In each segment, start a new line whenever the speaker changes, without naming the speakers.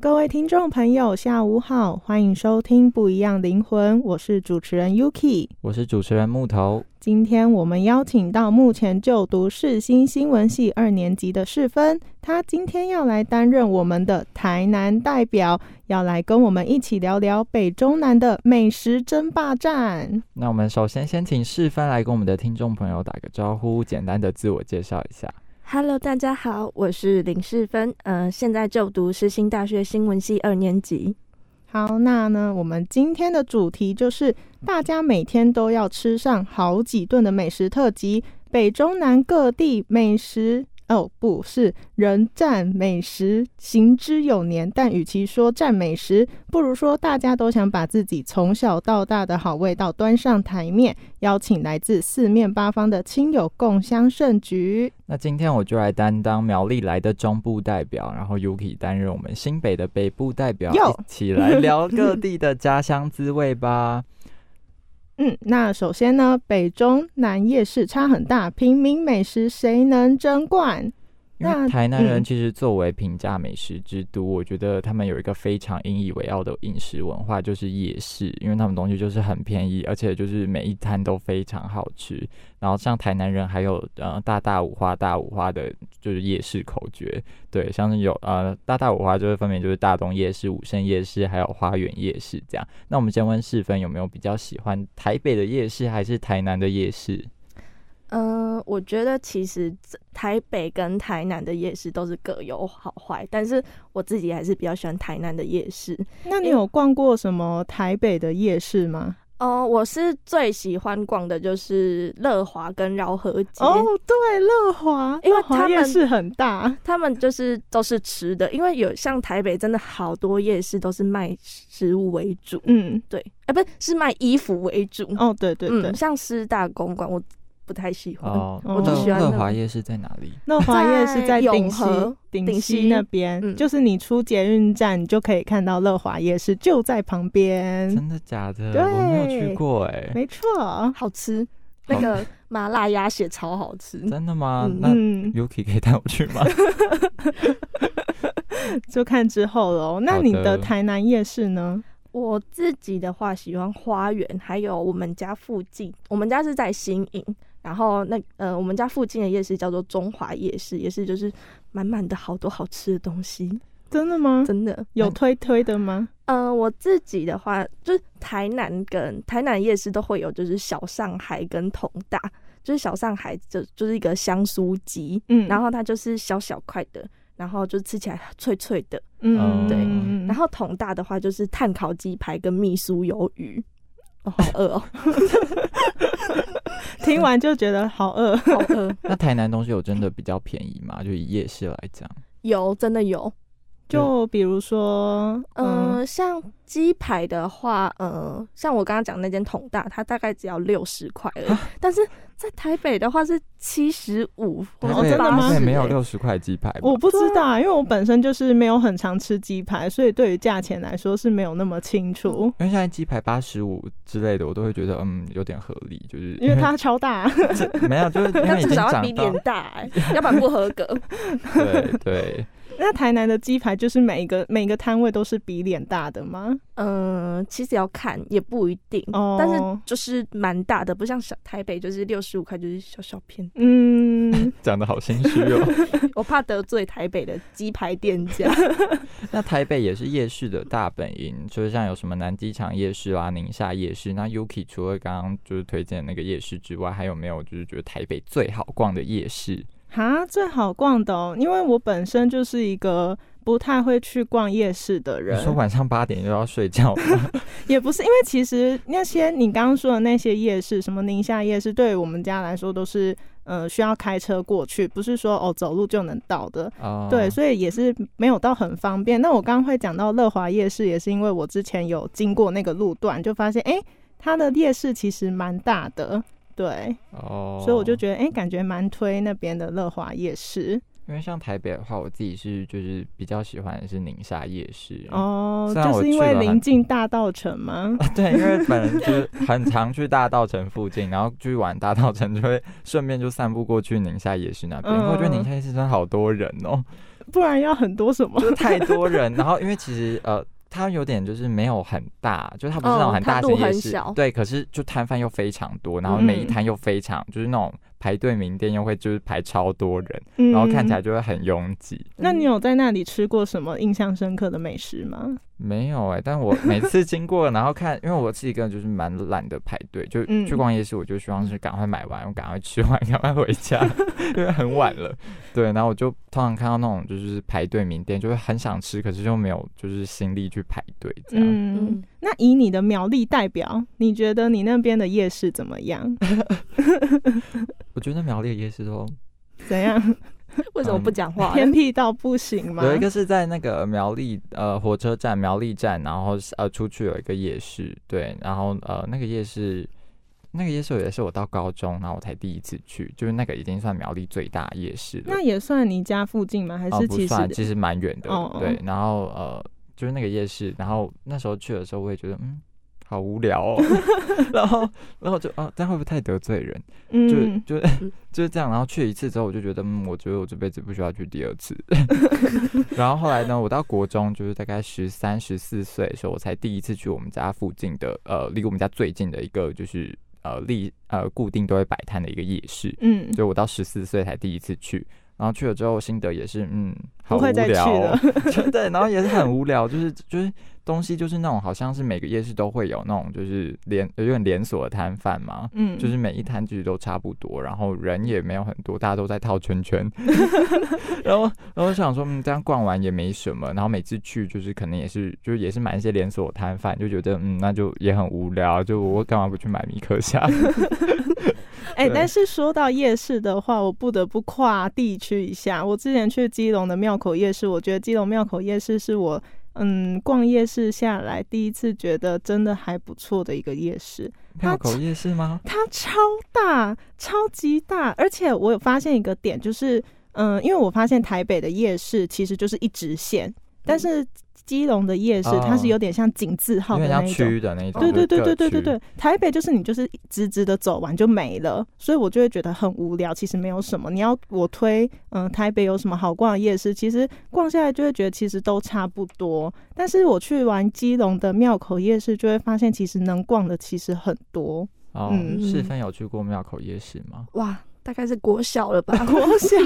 各位听众朋友，下午好，欢迎收听《不一样灵魂》，我是主持人 Yuki。
我是主持人木头。
今天我们邀请到目前就读世新新闻系二年级的世芬，她今天要来担任我们的台南代表，要来跟我们一起聊聊北中南的美食争霸战。
那我们首先先请世芬来跟我们的听众朋友打个招呼，简单的自我介绍一下。
Hello，大家好，我是林世芬，呃，现在就读世新大学新闻系二年级。
好，那呢，我们今天的主题就是大家每天都要吃上好几顿的美食特辑，北中南各地美食。哦，不是，人赞美食行之有年，但与其说赞美食，不如说大家都想把自己从小到大的好味道端上台面，邀请来自四面八方的亲友共襄盛举。
那今天我就来担当苗栗来的中部代表，然后 Yuki 担任我们新北的北部代表，
哟
一起来聊各地的家乡滋味吧。
嗯，那首先呢，北中南夜市差很大，平民美食谁能争冠？
因
那
为台南人
嗯
其实作为平价美食之都，我觉得他们有一个非常引以为傲的饮食文化，就是夜市，因为他们东西就是很便宜，而且就是每一摊都非常好吃。然后像台南人还有呃大大五花大五花的，就是夜市口诀，对，像是有呃大大五花就是分别就是大东夜市、武圣夜市还有花园夜市这样。那我们先问世芬有没有比较喜欢台北的夜市还是台南的夜市？
呃，我觉得其实这台北跟台南的夜市都是各有好坏，但是我自己还是比较喜欢台南的夜市。
那你有逛过什么台北的夜市吗？
哦、我是最喜欢逛的就是乐华跟饶河街。
哦，对，乐华，
因为
乐华
他们
夜市很大，
他们就是都是吃的，因为有像台北真的好多夜市都是卖食物为主，
嗯，
对，哎、不是是卖衣服为主，
哦，对对对
嗯，，像师大公馆我不太喜欢，
哦，
我就
乐
嗯喜欢
乐
那
华
种
夜市在哪里？
乐华夜市在
在永
顶溪
和，
顶
顶
溪
溪
那边，
嗯
就是你出捷运站，你就可以看到乐华夜市，就在旁边，
真的假的？
嗯对
我没有去过哎、
没错，
好吃，那个麻辣鸭血超好吃。
真的吗？
嗯
那
嗯，
Yuki 可以带我去吗？
就看之后喽。那你
好
的
的
台南夜市呢？
我自己的话喜欢花园，还有我们家附近，我们家是在新营，然后那呃我们家附近的夜市叫做中华夜市，也是就是满满的好多好吃的东西，
真的吗？
真的。
有推推的吗？
呃，我自己的话，就是台南跟台南夜市都会有，就是小上海跟同大，就是小上海就就是一个香酥鸡，
嗯，
然后它就是小小块的，然后就吃起来脆脆的。
嗯，
对
嗯
然后同大的话就是碳烤鸡排跟蜜酥鱿鱼。哦，好饿哦，
听完就觉得好饿。
好 饿！
那台南东西有真的比较便宜吗？就以夜市来讲，
有真的有，
就比如说，嗯，
嗯，像鸡排的话，呃，像我刚刚讲那间统大，它大概只要六十块而已，但是在台北的话是七十五或
哦真
者
的吗
八
台北
十，
没有六十块鸡排吧？
我不知道啊，因为我本身就是没有很常吃鸡排，所以对于价钱来说是没有那么清楚，
因为现在鸡排八十五之类的，我都会觉得嗯有点合理，就是
因为它超大啊。
没有，就是因
但
为已
至
经
少要
长
比
到
脸大、欸， 要不然不合格。
对对，
那台南的鸡排就是每一个每一个摊位都是比脸大的吗？
嗯，其实要看，也不一定，
哦。
嗯但是就是蛮大的，不像小台北，就是六十五块就是小小片
嗯，
讲的好心虚哦。
我怕得罪台北的鸡排店家。
那台北也是夜市的大本营，就是像有什么南机场夜市啊、宁夏夜市。那 Yuki 除了刚刚就是推荐的那个夜市之外，还有没有就是觉得台北最好逛的夜市？
哈，最好逛的哦，因为我本身就是一个不太会去逛夜市的
你
人，
说晚上八点就要 睡觉吗？
也不是，因为其实那些你刚刚说的那些夜市，什么宁夏夜市，对于我们家来说都是呃需要开车过去，不是说哦走路就能到的。
哦
对，所以也是没有到很方便。那我刚刚会讲到乐华夜市，也是因为我之前有经过那个路段，就发现诶，它的夜市其实蛮大的，对，
哦，
所以我就觉得诶，感觉蛮推那边的乐华夜市
因为像台北的话，我自己是就是比较喜欢的是宁夏夜市。
哦，
嗯虽然
就
我
是因
去
为
了
临
很
近大道城吗？
对，因为本人就是很常去大道城附近，然后去玩大道城，就会顺便就散步过去宁夏夜市那
嗯
边。因为我觉得宁夏夜市真的好多人 哦，
不然要很多什么？
就太多人。然后因为其实呃，它有点就是没有很大，就是它不是
哦
那种很大
它
型
路
夜
很
市，
小
对。可是就摊贩又非常多，然后每一
嗯
摊又非常、就是那种排队名店又会就是排超多人，
嗯，
然后看起来就嗯会很拥挤。
那你有在那里吃过什么印象深刻的美食吗？
没有哎、但我每次经过，然后看，因为我是一个就是蛮懒的排队，就
嗯
去逛夜市，我就希望是赶快买完，我赶快吃完， 赶快回家，因为很晚了。对，然后我就通常看到那种就是排队名店，就会很想吃，可是就没有就是心力去排队这样。
嗯，那以你的苗栗代表，你觉得你那边的夜市怎么样？
我觉得苗栗的夜市都
怎 样？
哎
为什么不讲 话？
偏僻到不行吗？
有一个是在那个苗栗呃火车站苗栗站，然后是呃出去有一个夜市，对，然后呃那个夜市。呃那个夜市也是我到高中，然后我才第一次去，就是那个已经算苗栗最大夜市了。
那也算你家附近吗？还
哦，
是
不
其实、
算，其实蛮远的。
哦
对，然后呃，就是那个夜市，然后那时候去的时候，我也觉得嗯，好无聊哦。 然后，然后就啊，但会不会太得罪人？
嗯，
就就 就是这样。然后去一次之后，我就觉得，嗯，我觉得我这辈子不需要去第二次。 然后后来呢，我到国中，就是大概十三、十四岁的时候，我才第一次去我们家附近的呃，离我们家最近的一个就是呃立呃固定都会摆摊的一个夜市。
嗯，
所以我到十四岁才第一次去，然后去了之后心得也是，嗯，好
不
无
会再去
聊、
了
哦， 就对，然后也是很无聊，就是就是东西就是那种好像是每个夜市都会有那种就是连有点连锁的摊贩嘛。
嗯，
就是每一摊其实都差不多，然后人也没有很多，大家都在套 圈圈。然后，然后我想说，嗯，这样逛完也没什么。然后每次去就是可能也是，就是也是买一些连锁摊贩，就觉得嗯，那就也很无聊，就我干嘛不去买米 克虾？
哎、
对
但是说到夜市的话，我不得不跨地区一下。我之前去基隆的庙口夜市，我觉得基隆庙口夜市是我嗯逛夜市下来第一次觉得真的还不错的一个夜市。
票口夜市吗？
它超大，超级大，而且我有发现一个点，就是嗯、因为我发现台北的夜市其实就是一直线，但是基隆的夜市
哦
它是有点像井字号
因
的
为
那
要
一种。哦
区的那一种，
对对对
就
对
是
对对
各区
对，台北就是你就是直直的走完就没了，所以我就会觉得很无聊。其实没有什么，你要我推，嗯、台北有什么好逛的夜市？其实逛下来就会觉得其实都差不多。但是我去完基隆的庙口夜市，就会发现其实能逛的其实很多。
哦，
嗯
世芬有去过庙口夜市吗？
哇，大概是 国小了吧？
国小，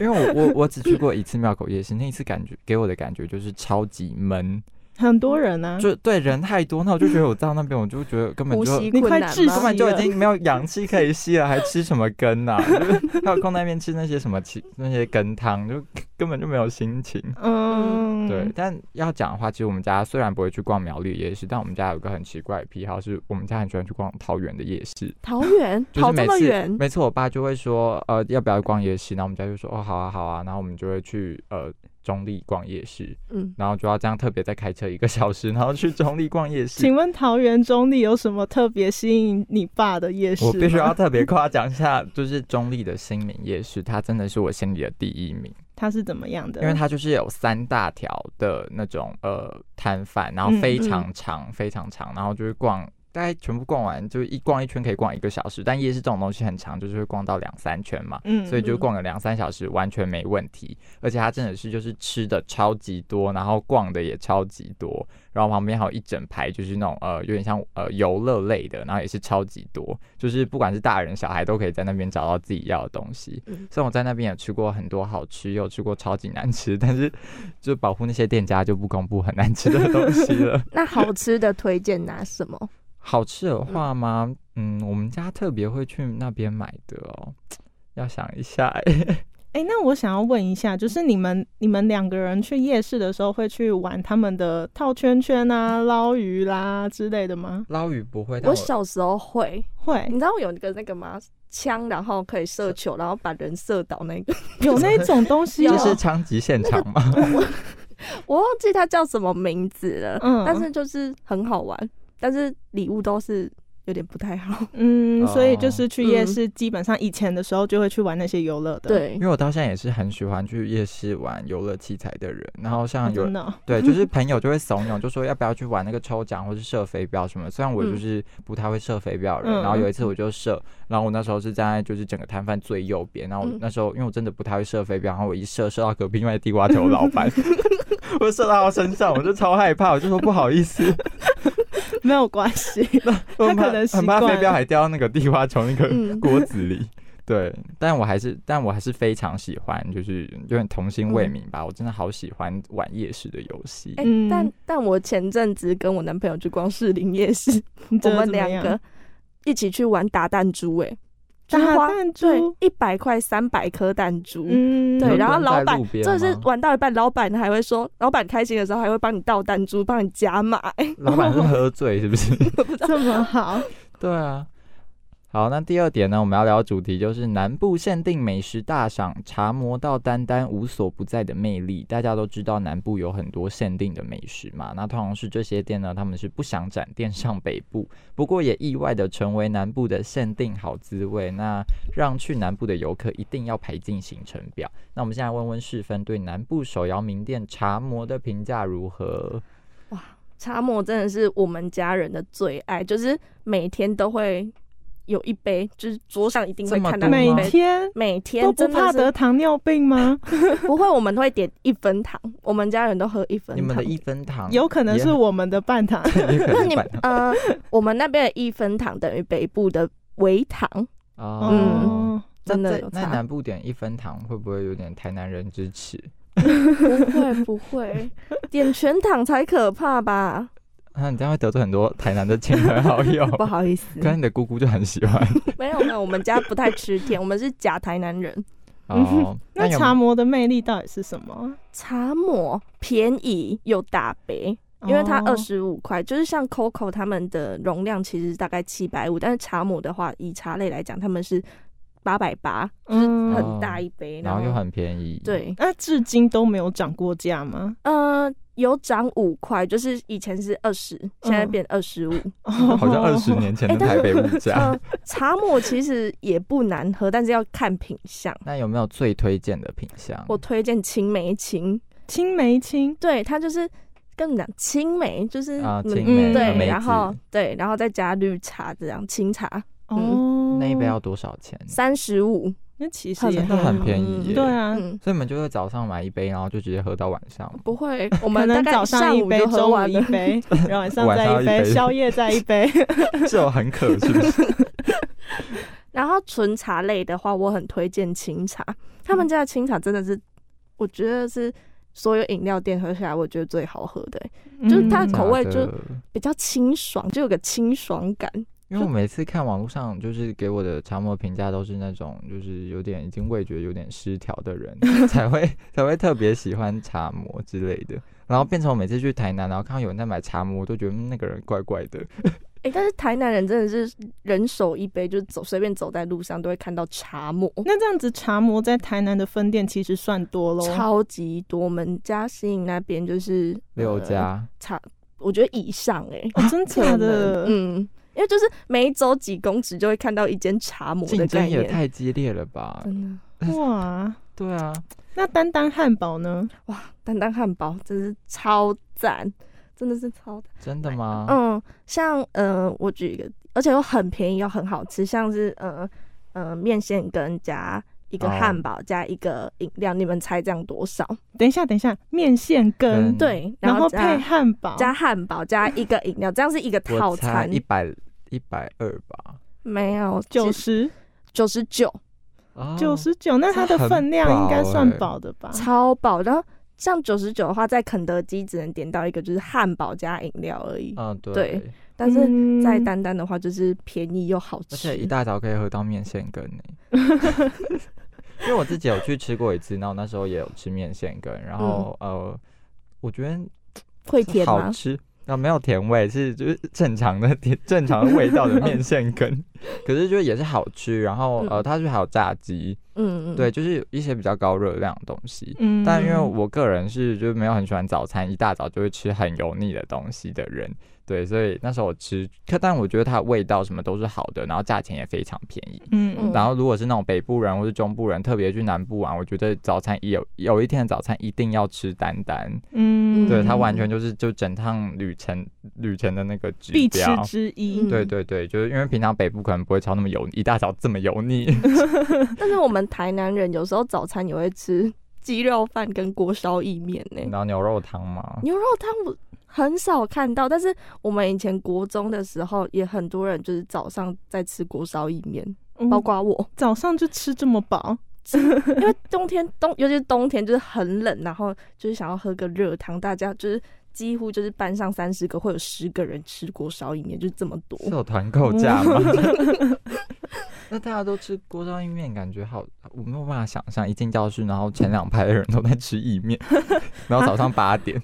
因为我我我只去过一次庙口夜市，那一次感觉给我的感觉就是超级闷，
很多人啊，
就对人太多，那我就觉得我到那边我就觉得根本
呼
就
吸
你
困
快
难
窒
吗
根
息
本就已 经没有氧气可以吸了，还吃什么根呐、啊？ 就是还有空那边吃那些什么鸡那些羹汤，就 根本就没有心情。
嗯，
对，，但要讲的话，其实我们家虽然不会去逛苗栗夜市，但我们家有一个很奇怪的癖好，是我们家很喜欢去逛桃园的夜市。
桃园，
就
跑
是
这
每
么
次
远，
每次我爸就会说，呃，要不要逛夜市？然后我们家就说，哦，好啊，好啊。然后我们就会去，呃，中立逛夜市，
嗯，
然后就要这样特别再开车一个小时，然后去中立逛夜市
请。问桃园中立有什么特别吸引你爸的夜市吗？
我必须要特别夸奖一下，就是中立的新民夜市，它真的是我心里的第一名。
它是怎么样的？
因为它就是有三大条的那种呃摊贩，然后
嗯
非
嗯
常长、非常长，然后就是逛。大概全部逛完，就是一逛一圈可以逛一个小时，但夜市这种东西很长，就是会逛到两三圈嘛，
嗯
所以就
嗯。
逛个两三小时完全没问题。而且它真的是就是吃的超级多，然后逛的也超级多，然后旁边还有一整排就是那种呃有点像呃游乐类的，然后也是超级多，就是不管是大人小孩都可以在那边找到自己要的东西。虽然我在那边也吃过很多好吃，也有吃过超级难吃，但是就保护那些店家就不公布很难吃的东西了
那好吃的推荐拿什么？
好吃的话吗？嗯，我们家特别会去那边买的哦。要想一下、欸，
哎、那我想要问一下，就是你们你们两个人去夜市的时候，会去玩他们的套圈圈啊、捞鱼啦之类的吗？
捞鱼不会，但
我
我
小时候会，
会
你知道有一个那个吗？枪，然后可以射球，然后把人射倒那个，
有 那种东西、
有
哦，
就是枪击现场嘛。
我忘记它叫什么名字了。
嗯
但是就是很好玩，但是礼物都是有点不太好。
嗯，所以就
哦
是去夜
嗯
市，基本上以前的时候就会去玩那些游乐的，
对
因，为我到现在也是很喜欢去夜市玩游乐器材的人，然后
哦，
像有
真的哦、
对，就是朋友就会怂恿，就说要不要去玩那个抽奖或是射飞镖什么。虽然我就
嗯
是不太会射飞镖的人，
嗯
然后有一次我就射，然后我那时候是站在就是整个摊贩最右边，然后我
嗯
那时候因为我真的不太会射飞镖，然后我一射射到隔壁另外地瓜球老板， 我射到他身上，我就超害怕，我就说不好 意思，
没有关系。
我很
他可
怕
能习
很怕
惯
飞
了
镖还掉到那个地瓜球那个
嗯
锅子 里。对，但我还是，但我还是非常喜欢，就是有点童心未
嗯
泯吧。我真的好喜欢玩夜市的游戏。
哎、
嗯
但但我前阵子跟我男朋友去逛士林夜市，
你
我
觉得怎
们
么
两
样
个一起去玩打弹珠、哎，就是
打
花
弹
对
珠，，
一百块三百颗弹珠。
嗯，
对，
有
然后
蹲在
老板
路边
这是
吗
玩到一半，老板还会说，老板开心的时候还会帮你倒弹珠，帮你加码、哎，
老板是喝醉是不是？
这么好，
对啊。好，那第二点呢，我们要聊的主题就是南部限定美食大赏，茶磨到丹丹无所不在的魅力。大家都知道南部有很多限定的美食嘛，那通常是这些店呢，他们是不想展店上北部，不过也意外的成为南部的限定好滋味，那让去南部的游客一定要排进行程表。那我们现在问问世芬对南部手摇名店茶磨的评价如何？
茶沫真的是我们家人的最爱，就是每天都会有一杯，就是桌上一定会
这么
看到
多
一
每
吗
杯。
天
每天
都不
真的
怕
是
得糖尿病 吗？
不会，我们会点一分糖，我们家人都喝一分糖。
你们的一分糖
有可能
也
是
很
我们的半 糖，
也可
那
能
你
是
们
板
呃，我们那边的一分糖等于北部的微糖，
哦，
嗯，
那
真的
在
有
那
差
南部点一分糖会不会有点台南人之耻？
不会不会，点全糖才可怕吧？
那你这样会得罪很多台南的亲朋好友
，不好意思
可，能你的姑姑就很喜 欢
没有没有，我们家不太吃甜，我们是假台南人。
嗯哼
哦。
那
有
茶魔的魅力到底是什么？
茶抹便宜又大杯，因为它
哦
二，十五块，就是像 Coco 他们的容量其实大概七百五，但是茶抹的话，以茶类来讲，他们是八百八，
嗯
很大一杯，
哦然后又很便宜，，
对，
那至今都没有涨过价吗？
呃，有涨五块，就是以前是二十，
嗯
现在变二十五。
好
好
像二十。年前
哎
的台北物价
呃。，茶沫其实也不难喝，但是要看品相。
那有没有最推荐的品相？
我推荐青梅青，
青梅青，
对，它就是跟你讲青梅，就是
啊，
你
青
们、
嗯
梅
对，
梅
然
子
后对，然后再加绿茶这样清茶，
哦，
那一
嗯啊
杯要多少钱？
三十五，
那其实也
真的很
好
便
嗯
宜耶。
对啊，
嗯。
所以你们就会早上买一杯，然后就直接喝到晚上。
不会，
可
我们大
能
概
早
上
上一
午
杯，
就喝
中午
完
一
了。
杯，然后晚上
晚
再
上
一
一
杯，
杯
宵夜再一 杯。
这种很渴是不是？
然后纯茶类的话，我很推荐清茶，他们家的清茶真的是，我觉得是所有饮料店喝下来，我觉得最好喝的、
嗯
就是它口味就
假的
比较清爽，就有个清爽感。
因为我每次看网络上，就是给我的茶沫评价都是那种，就是有点已经味觉有点失调的 人才会才会特别喜欢茶沫之类的。然后变成我每次去台南，然后看到有人在买茶沫，我都觉得、嗯那个人怪怪的。
哎、但是台南人真的是人手一杯，就是走随便走在路上都会看到茶沫，
那这样子茶魔在台南的分店其实算多喽。
超级多。我们嘉兴那边就是
六
呃、
家，
茶，我觉得以上 哎、
哦真假
可
的
能？嗯，因为就是每走几公尺就会看到一间茶模的
竞
概
争也
念，
太激烈了吧？
真的
哇，
对啊，
那丹丹汉堡呢？
哇，丹丹汉堡真是超赞，真的是超赞。
真的吗？
嗯，像呃，我举一个，而且又很便宜又很好吃，像是呃呃面线羹加一个
哦
汉堡加一个饮料，你们猜这样多少？
等一下，等一下，面线羹
嗯，
对，
然后
后
配
加
汉堡，
加汉堡加一个饮料，这样是一个套
我猜
餐
一。百一百二吧。
没有
九十
九十九，
哦
九十九，那它的分量应该算
欸
饱的吧？
超饱。然后像九十九的话，在肯德基只能点到一个就是汉堡加饮料而已，
嗯，对。
对但是
嗯
在丹丹的话就是便宜又好
而且
吃
一。大早可以喝到面线羹呢、 因为我自己有去吃过一次，然后那时候也有吃面线羹，然后、呃，我觉得
会嗯甜
好
吗？
吃，那、没有甜味，是就是正常的甜，正常的味道的面线羹，可是就是也是好吃，然后呃，
嗯
它是还有炸鸡，
嗯，嗯
对，，就是一些比较高热量的东西。
嗯
但因为我个人是就是没有很喜欢早餐，一大早就会吃很油腻的东西的人，对，所以那时候我吃，可但我觉得它的味道什么都是好的，然后价钱也非常便宜。
嗯
嗯
然后如果是那种北部人或是中部人特别去南部玩，我觉得早餐也有有一天的早餐一定要吃丹丹，
嗯
对它
他
完全就是就整趟旅程旅程的那个指
必吃
标。
之一
嗯。
对对对，就是因为平常北部可能不会超那么油，一大早这么油腻。
但是我们台南人有时候早餐也会吃鸡肉饭跟锅烧意面呢、
然后牛肉汤嘛，
牛肉汤我很少看到，但是我们以前国中的时候也很多人就是早上在吃锅烧意面，
嗯
包括我，
早上就吃这么饱，
因为冬天冬尤其是冬天就是很冷，然后就是想要喝个热汤，大家就是。几乎就是班上三十个会有十个人吃锅烧意面，就是这么多。
是有团购价吗？那大家都吃锅烧意面，感觉好，我没有办法想象一进教室，然后前两排的人都在吃意面， 然后早上八点，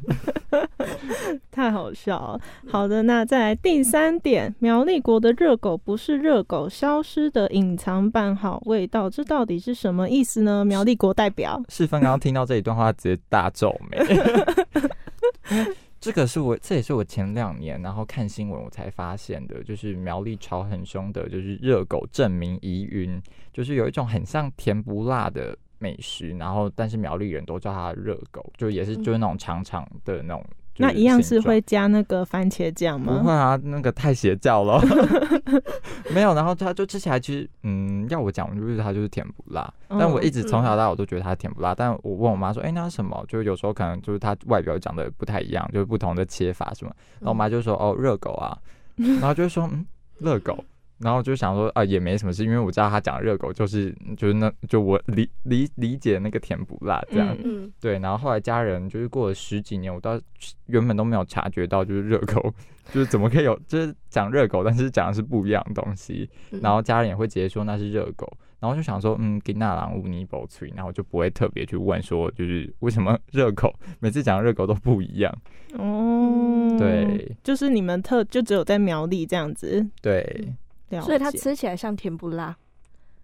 太好笑了。
嗯
好的，那再来第三点，苗栗国的热狗不是热狗，消失的隐藏版好味道，这到底是什么意思呢？苗栗国代表，
世芬刚刚听到这一段话，直接大皱眉。 因为这个是我，这也是我前两年然后看新闻我才发现的，就是苗栗炒很凶的，就是热狗证明疑云，就是有一种很像甜不辣的美食，然后但是苗栗人都叫它热狗，就也是
嗯
就是那种长长的那种。
那一样是
形状
会加那个番茄酱
不会
吗？
啊，那个太邪教了。 没有，然后它就吃起来其实，嗯，要我讲，就是它就是甜不辣。但我一直从小到大我都觉得它甜不辣。但我问我妈说，哎、那是什么？就是有时候可能就是它外表长得不太一样，就是不同的切法什么。然后我妈就说，哦，热狗啊。然后就会说，嗯，热狗。然后就想说啊，也没什么事，因为我知道她讲热狗就是就是那就我理理理解那个甜不辣这样。
嗯
嗯，
对，然后后来家人就是过了十几年，我到原本都没有察觉到，就是热狗，就是怎么可以有，就是讲热狗，但是讲的是不一样的东西。
嗯
然后家人也会直接说那是热狗，然后就想说，嗯，给那郎乌尼宝吹，然后就不会特别去问说，就是为什么热狗每次讲热狗都不一样。
哦，
对
就是你们特就只有在苗栗这样子
对，
了解，
所以它吃起来像甜不辣。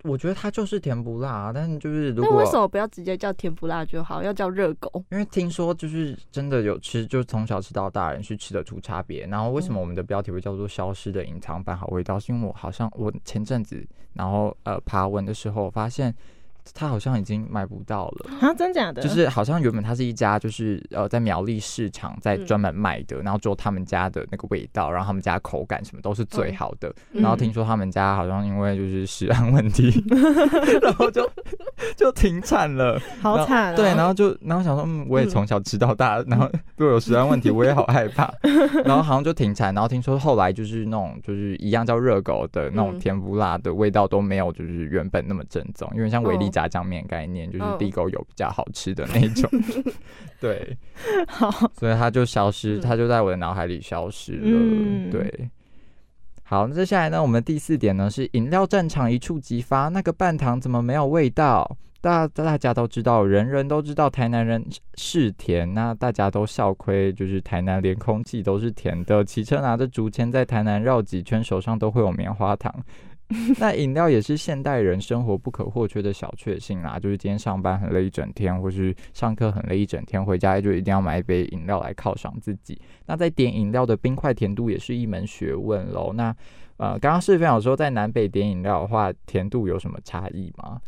我觉得它就是甜不辣啊，但是就是如
那为什
果
么不要直接叫甜不辣就好，要叫热狗？
因为听说就是真的有吃，就是从小吃到大人是吃得出差别。然后为什
嗯
么我们的标题会叫做“消失的隐藏版好味道”？是因为我好像我前阵子然后呃爬文的时候，我发现它好像已经买不到了。
啊，真假的，
就是好像原本它是一家，就是呃，在苗栗市场在
嗯
专门卖的，然后只有他们家的那个味道，然后他们家口感什么都是最
嗯
好的。
嗯
然后听说他们家好像因为就是食安问题， 然后就 就停产了。
好惨、啊，
对，然后就然后想说，嗯，我也从小吃到大，然 后如果有食安问题，我也好害 怕。然后好像就停产，然后听说后来就是那种就是一样叫热狗的那种
嗯
甜不辣的味道都没有，就是原本那么正宗，因为像维力
哦
炸酱面概念，就是
哦
地沟油比较好吃的那一 种。对，
好，
所以它就消失，
嗯
它就在我的脑海里消失了。
嗯
对。好，那接下来呢，我们第四点呢是饮料战场一触即发，那个半糖怎么没有味道？大大家都知道，人人都知道台南人是甜，那大家都笑亏，就是台南连空气都是甜的。骑车拿着竹签在台南绕几圈，手上都会有棉花糖。 那饮料也是现代人生活不可或缺的小确幸啦，就是今天上班很累一整天，或是上课很累一整天，回家就一定要买一杯饮料来犒赏自己。那在点饮料的冰块甜度也是一门学问喽。那呃，刚刚世飞有说在南北点饮料的话，甜度有什么差异吗？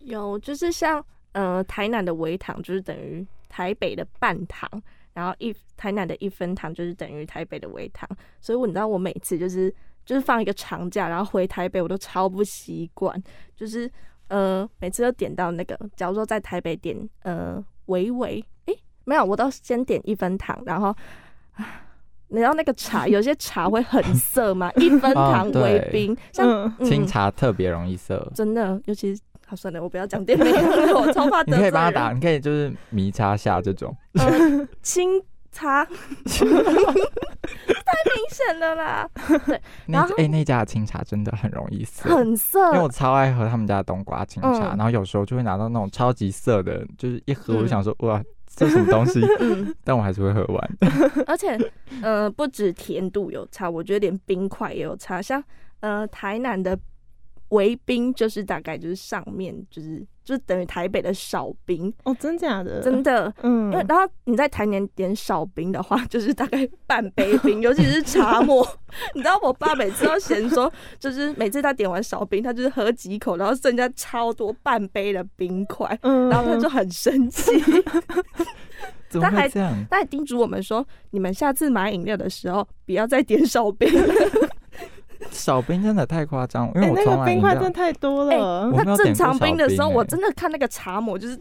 有，就是像呃台南的微糖，就是等于台北的半糖，然后一台南的一分糖就是等于台北的微糖，所以我你知道我每次就是就是放一个长假，然后回台北我都超不习惯，就是呃每次都点到那个，假如说在台北点呃维维，诶、没有，我都先点一分糖，然后。 啊你知道那个茶，有些茶会很涩嘛，一分糖为
对
冰，像、
嗯，
嗯、
清茶特别容易 涩。
真的，尤其是好算了，我不要讲店名了，我超怕
你
得罪
可
人。
以帮他打，你可以就是迷插下这种，
清擦，太明显了啦，
那
然
哎
后、
那家的清茶真的很容易涩，
很
因为我
涩。
超爱喝他们家的冬瓜清茶，
嗯
然后有时候就会拿到那种超级涩的，就是一喝我就
嗯
想说、哇，这什么东西？
嗯，
但我还是会喝完。
而且，呃，不止甜度有差，我觉得连冰块也有差。像，呃，台南的围冰就是大概就是上面就是就是等于台北的少冰，
哦，真假的，
真，的。
嗯
因为，然后你在台南点少冰的话， 就是大概半杯冰，尤其是茶 沫。你知道我爸每次都嫌说，就是每次他点完少冰，他就是喝几口，然后剩下超多半杯的冰块，
嗯，
然后他就很 生气，
怎么
但
会
还
这样？
他还叮嘱我们说，你们下次买饮料的时候不要再点少冰了。
少冰真的太夸张，因为
哎，
我
那
从
个
来
冰
你
块
知
真的
道，
太多了
我，没
他
有点过
正常
少
冰的时候，
冰
我
欸
真的看那个茶沫就是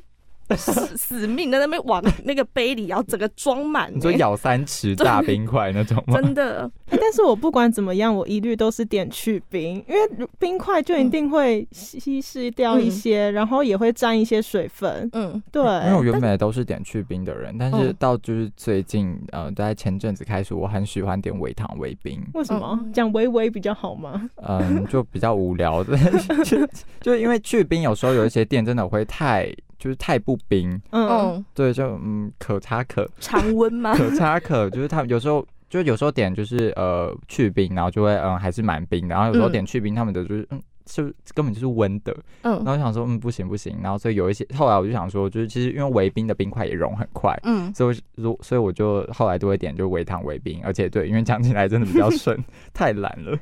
死 死命在那边往那个杯里，然后整个装满、
你说
欸
咬三尺大冰块那种吗？
真的，
哎但是我不管怎么样，我一律都是点去冰，因为冰块就
嗯
一定会稀释掉一些，然后也会沾一些水分，
嗯，
对，
因为我原本都是点去冰的人，但是
嗯
到就是最近，呃，在前阵子开始，我很喜欢点微糖微冰，
为什么
嗯
讲微微比较好吗？
嗯，就比较无聊， 就就因为去冰有时候有一些店真的会太就是太不冰，
嗯，
嗯，
对，就嗯可差可
常温 吗？
可差可，就是他们有时候。就有时候点就是呃去冰，然后就会嗯还是蛮冰，然后有时候
嗯
点去冰，他们的就是嗯是不是根本就是温的，
嗯
然后我想说嗯不行不行，然后所以有一些后来我就想说就是其实因为围冰的冰块也融很快，
嗯，
所以我如所以我就后来都会点就微糖微冰，而且对，因为讲起来真的比较顺，太懒了。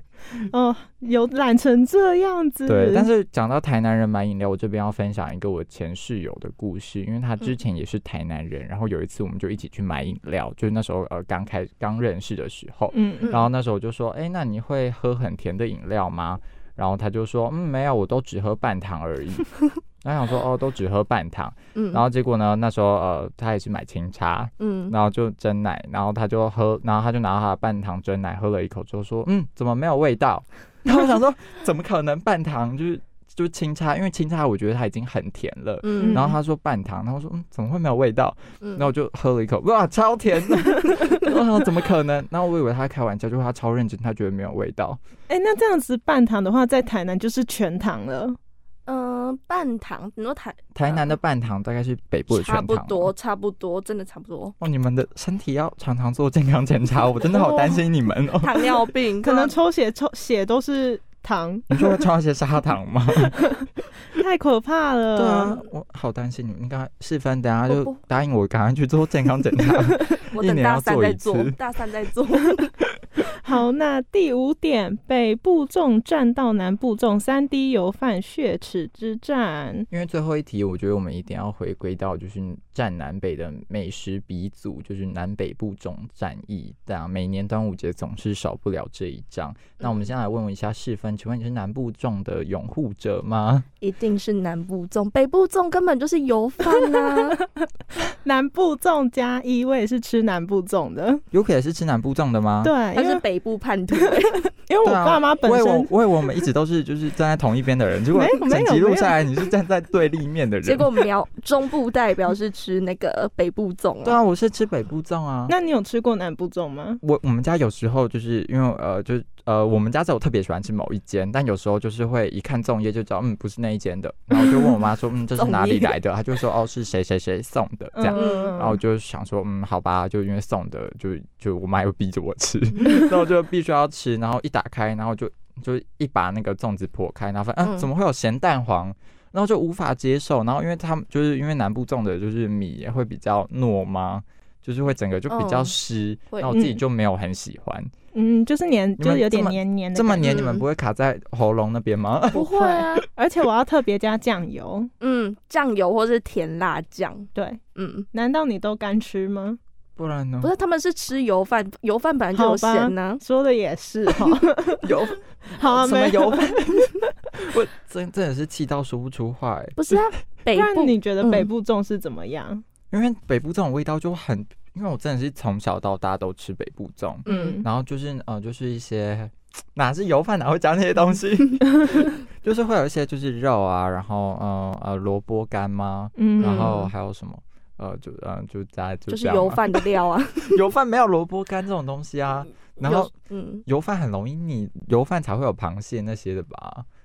哦，有懒成这样子，
对，但是讲到台南人买饮料，我这边要分享一个我前室友的故事，因为他之前也是台南人，然后有一次我们就一起去买饮料，就是那时候呃刚开刚认识的时候，
嗯，嗯
然后那时候我就说，哎、那你会喝很甜的饮料吗？然后他就说，嗯，没有，我都只喝半糖而已。然后想说，哦，都只喝半糖。
嗯，
然后结果呢，那时候呃，他也是买清茶，
嗯，
然后就蒸奶，然后他就喝，然后他就拿他的半糖蒸奶喝了一口之后说，嗯，怎么没有味道？ 然后我想说，怎么可能半糖就是就是清茶，因为清茶我觉得它已经很甜了。
嗯
然后他说半糖，然后我说嗯，怎么会没有味道？
嗯
然后我就喝了一口，哇，超甜 的！我想怎么可能？然后我以为他开玩笑，就他超认真，他觉得没有味道。
哎、那这样子半糖的话，在台南就是全糖了。
嗯，半糖，你说台
台南的半糖大概是北部的全
嗯差
糖，
不多，。差不多，真的差不 多。
哦，你们的身体要常常做健康检查，我真的好担心你们 哦。
糖尿病
可能抽血抽血都是糖，
你说会吃到一些砂糖吗？
太可怕了。
对
嗯
啊，，我好担心你们。你刚四分，等下
我
就
不
答应我，赶快去做健康检查。
我
一
等
年要
大三
做
再
一
做
次，
大三再做。
好，那第五点，北部粽站到南部粽三滴油饭血耻之战。
因为最后一题，我觉得我们一定要回归到就是占南北的美食鼻祖，就是南北部总战役。这样每年端午节总是少不了这一仗。那我们先来问一下世芬，请问你是南部粽的拥护者吗？
一定是南部粽，北部粽根本就是油饭啊呐。
南部粽加一，我也是吃南部粽的。
有可能是吃南部粽的吗？
对，
他
因
是
为
北部叛徒，欸
因为我
对啊
爸妈本
我以啊为
身
我我以为我们一直都是就是站在同一边的人，结果
没有没
整
有
集
没
录
有
下来你是站在对立面的人。
结果苗中部代表是吃那个北部粽
对
啊。
啊，我是吃北部粽啊。
那你有吃过南部粽吗？
我我们家有时候就是因为呃，就是呃，我们家只有特别喜欢吃某一间，但有时候就是会一看粽叶就知道，嗯，不是那一间的。然后我就问我妈说，嗯，这是哪里来的？她就说，哦，是谁谁谁送 的这样。
嗯
然后我就想说，嗯，好吧，就因为送的，就就我妈又逼着我吃，
嗯
那我就必须要吃。然后一打开，然后就就一把那个粽子破开，然后发现，嗯、
嗯
怎么会有咸蛋黄？然后就无法接受。然后因为他们就是因为南部种的就是米也会比较糯嘛，就是会整个就比较
嗯
湿，
会
那、我自己
哦嗯
就没有很喜欢。
嗯，就是黏，
你
就
们
是有
这
点
么
黏黏的
这么
感觉
黏，你们
嗯
不会卡在喉咙那边吗？
不会啊，
而且我要特别加酱油。
嗯，酱油或是甜辣酱，
对，
嗯，
难道你都干吃吗？
不然呢
不？是他们是吃油饭，油饭本来就有
好吧
咸呢、
说的也 是哦。
油
好啊，
什么
没
油饭？ 我真真的是气到说不出话欸，
不是啊，北
不然
部
你觉得北
嗯
部粽是怎么样？
因为北部这种味道就很，因为我真的是从小到大都吃北部粽，
嗯
然后就是呃，就是一些哪是油饭，哪会加那些东西， 就是会有一些就是肉啊，然后呃呃萝卜干吗？
嗯
然后还有什么？呃，就嗯、就大家就
就是
这样
油
嘛，
饭的料啊，
油饭没有萝卜干这种东西啊。 然后
有嗯，
油饭很容易腻，油饭才会有螃蟹那些的吧？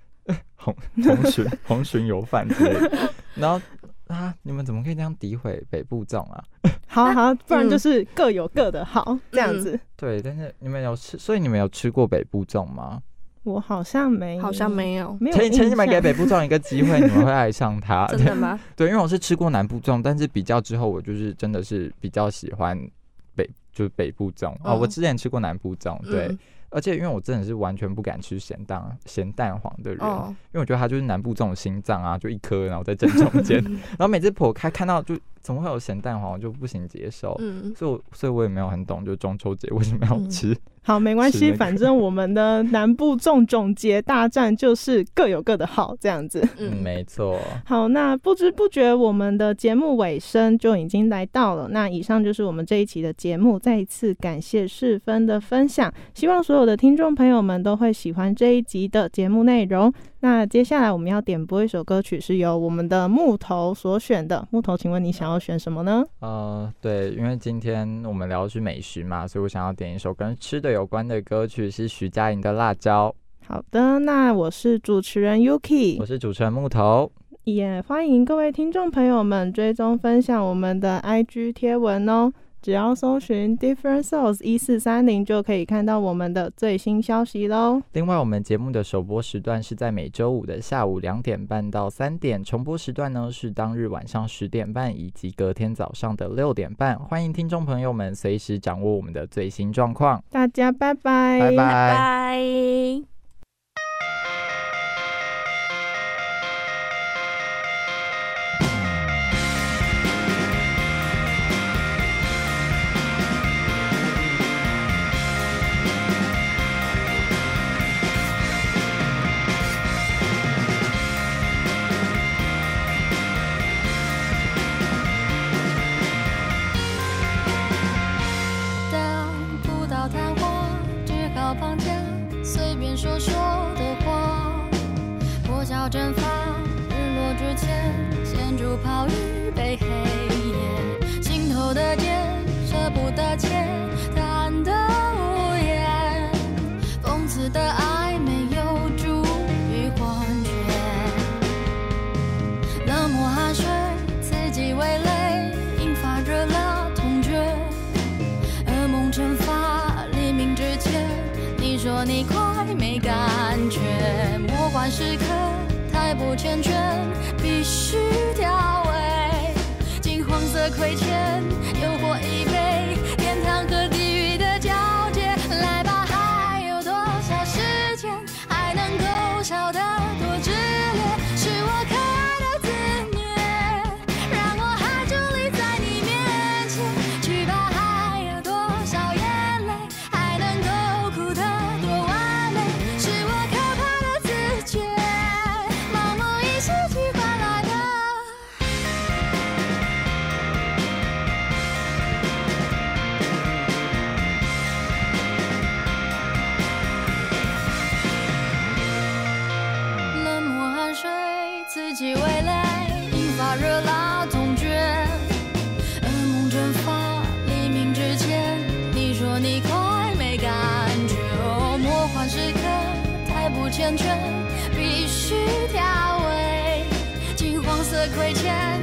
红红鲟红鲟油饭之类的。 然后啊，你们怎么可以这样诋毁北部粽啊？
好好，不然
嗯
就是各有各的好，这样
嗯
子。
对，但是你们有吃，所以你们有吃过北部粽吗？
我好像没，
好
嗯
像没有，
没有
请
印
请你们给
象
北部粽一个机 会，你们会爱上它。
真的吗？
啊 对，因为我是吃过南部粽，但是比较之后，我就是真的是比较喜欢北，就是北部粽哦。我
嗯
之前吃过南部粽，对，
嗯
而且因为我真的是完全不敢吃咸蛋咸蛋黄的人，
哦，
因为我觉得它就是南部这种心脏啊，就一颗，然后在正中间，
嗯
然后每次剖开看到就怎么会有咸蛋黄，我就不行接受。
嗯，
所以我，所以我也没有很懂，就中秋节为什么要吃？
好，没关
是
系，
那个
反正我们的南部粽总结大战就是各有各的好，这样子。
嗯，没错。
好，那不知不觉我们的节目尾声就已经来到了。那以上就是我们这一期的节目，再一次感谢世芬的分享，希望所有的听众朋友们都会喜欢这一集的节目内容。那接下来我们要点播一首歌曲，是由我们的木头所选的。木头，请问你想要选什么呢？
呃，对，因为今天我们聊的是美食嘛，所以我想要点一首跟吃的有关的歌曲，是徐佳莹的《辣椒
好的，那我是主持人》。Yuki，
我是主持人木头，
也欢迎各位听众朋友们追踪分享我们的 IG 贴文哦。只要搜寻 Different Souls 一四三零，就可以看到我们的最新消息喽。
另外，我们节目的首播时段是在每周五的下午两点半到三点，重播时段呢是当日晚上十点半以及隔天早上的六点半。欢迎听众朋友们随时掌握我们的最新状况。
大家拜拜，
拜拜
拜。
当葡萄谈话，只好放假，随便说说的话。破晓蒸发，日落之前，先煮泡一杯黑夜。心头的结，舍不得切，贪得无厌。讽刺的爱，没有助于幻觉。冷漠汗水，刺激味蕾，引发热辣痛觉。噩梦蒸发，黎明之前，你说你快没感觉。魔幻时刻，太不缱绻，必须调味。金黄色亏欠，诱惑一杯，天堂和地狱的交界。来吧，还有多少时间，还能够笑得多炽烈？是我可爱的自虐，让我还伫立在你面前。去吧，还有多少眼泪，还能够哭得多完美？是我可怕的自觉，盲目一时去换来的。冷漠汗水刺激味蕾，引发热辣痛觉。噩梦蒸嗯发，黎明之前，你说你快没感觉。哦，魔幻时成全，必须调味，金黄色亏欠